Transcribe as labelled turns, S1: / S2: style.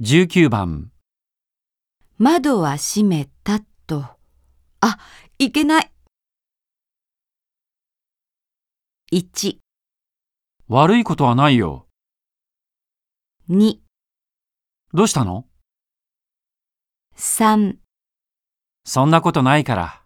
S1: 19番、
S2: 窓は閉めたと。あ、いけない。1、
S1: 悪いことはないよ。
S2: 2、
S1: どうしたの
S2: 3
S1: そんなことないから。